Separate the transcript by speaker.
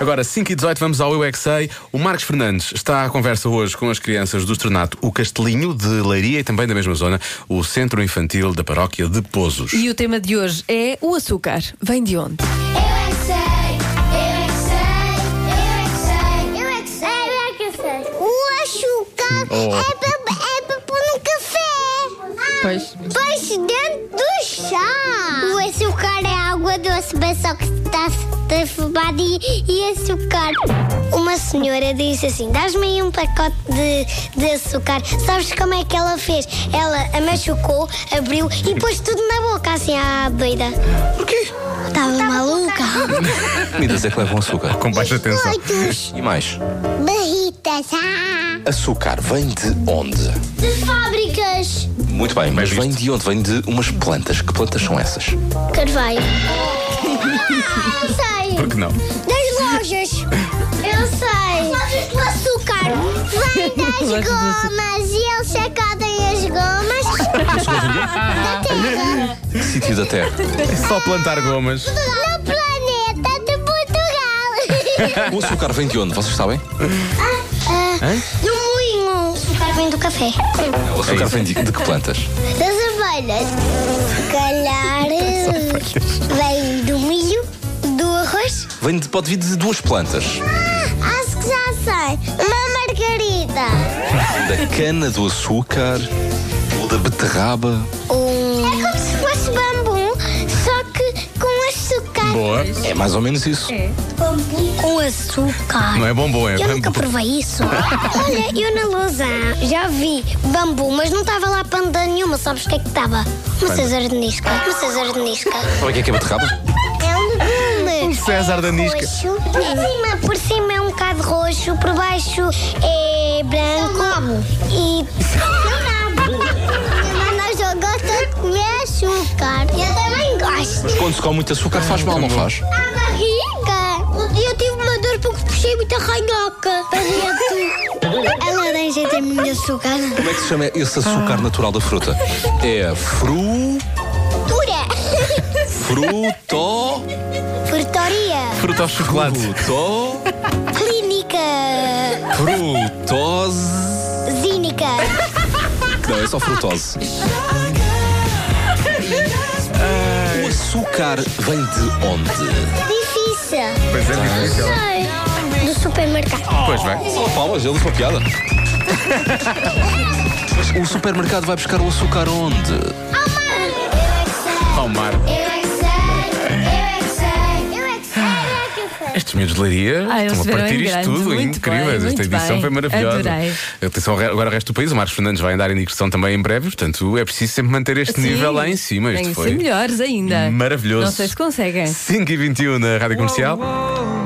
Speaker 1: Agora, 5 e 18 vamos ao Eu é Que Sei. O Marcos Fernandes está à conversa hoje com as crianças do Estrenato O Castelinho de Leiria e também da mesma zona, o Centro Infantil da Paróquia de Pozos.
Speaker 2: E o tema de hoje é o açúcar. Vem de onde?
Speaker 3: Eu é que sei, eu é que sei, eu é que sei, eu é que sei, eu é que sei, eu é que sei. O açúcar
Speaker 1: Oh.
Speaker 3: é para é para pôr no café.
Speaker 2: Pois.
Speaker 3: Pois dentro do chá. O açúcar é água doce, mas só que está transformado em, em açúcar. Uma senhora disse assim: Dás-me aí um pacote de, de açúcar. Sabes como é que ela fez? Ela a machucou, abriu e pôs tudo na boca, assim à doida.
Speaker 1: Porquê?
Speaker 3: Estava maluca.
Speaker 4: Comidas é que levam açúcar.
Speaker 1: Com baixa tensão.
Speaker 3: Biscoitos,
Speaker 4: E mais,
Speaker 3: barritas, ah.
Speaker 4: açúcar vem de onde?
Speaker 3: De fábricas.
Speaker 4: Muito bem, mas
Speaker 1: visto.
Speaker 4: vem de onde? Vem de umas plantas. Que plantas são essas?
Speaker 3: Carvalho. Ah, eu sei.
Speaker 1: Por que não?
Speaker 3: Das lojas. Eu sei. Lojas do açúcar. Vem das gomas e eles sacodem as gomas. da terra.
Speaker 4: Que sítio da Terra?
Speaker 1: É só plantar gomas.
Speaker 3: No planeta de Portugal. Ah,
Speaker 4: O açúcar vem de onde? Vocês sabem?
Speaker 3: Do moinho. O açúcar vem do café.
Speaker 4: É, O açúcar vem de, de que plantas?
Speaker 3: Das abelhas. Se calhar vem do milho, do arroz.
Speaker 4: Vem de, pode vir de duas plantas.
Speaker 3: Ah, acho que já sei. Uma margarida.
Speaker 4: Da cana, do açúcar, ou da beterraba.
Speaker 3: É como se fosse bambu, só que com açúcar.
Speaker 1: Boa.
Speaker 4: É mais ou menos isso.
Speaker 3: Bambu com açúcar.
Speaker 1: Não é bom, bom, é
Speaker 3: Eu nunca
Speaker 1: bom.
Speaker 3: provei isso. Olha, eu na Lousã já vi bambu, mas não estava lá panda nenhuma. Sabes o que é que estava? Uma César de Nisca. Uma César de Nisca.
Speaker 4: Sabe o que é que é beterraba?
Speaker 3: É um legume.
Speaker 1: César da Nisca.
Speaker 3: Roxo. Por cima, por cima é um bocado roxo, por baixo é branco. E. Mas eu gosto de comer açúcar. Eu também gosto.
Speaker 4: Mas quando se come muito açúcar faz mal, não faz?
Speaker 3: A barriga. Eu tive uma dor porque puxei muita ranhoca para dentro. A laranja tem muito açúcar.
Speaker 4: Como é que se chama esse açúcar natural da fruta? É fru...
Speaker 3: Dura.
Speaker 4: fruto...
Speaker 3: Portaria.
Speaker 1: Fruta ao chocolate.
Speaker 4: fruto...
Speaker 3: Clínica.
Speaker 4: frutose...
Speaker 3: Zínica.
Speaker 4: Não, é só frutose. O açúcar vem de onde?
Speaker 3: Difícil.
Speaker 1: Pois é, difícil. Oh.
Speaker 3: Sei. Do supermercado.
Speaker 1: Pois vai.
Speaker 4: Só palmas, ele foi piada. O supermercado vai buscar o açúcar onde?
Speaker 1: Ao mar.
Speaker 3: Eu é que sei, eu é que sei, eu é que sei, eu é que sei.
Speaker 1: Estes miúdos de Leiria
Speaker 2: Ah, eles
Speaker 1: estão a
Speaker 2: se viram
Speaker 1: partir
Speaker 2: em
Speaker 1: isto
Speaker 2: grande.
Speaker 1: tudo,
Speaker 2: Muito
Speaker 1: incríveis.
Speaker 2: bem,
Speaker 1: Esta
Speaker 2: muito
Speaker 1: edição
Speaker 2: bem.
Speaker 1: foi maravilhosa.
Speaker 2: Adorei.
Speaker 1: Atenção, re- agora o resto do país, o Marcos Fernandes vai andar em digressão também em breve, portanto é preciso sempre manter este nível lá em cima.
Speaker 2: Tem
Speaker 1: Isto
Speaker 2: que
Speaker 1: foi
Speaker 2: ser melhores ainda.
Speaker 1: maravilhoso.
Speaker 2: Não sei se conseguem.
Speaker 1: 5 e 21 na um Rádio Comercial.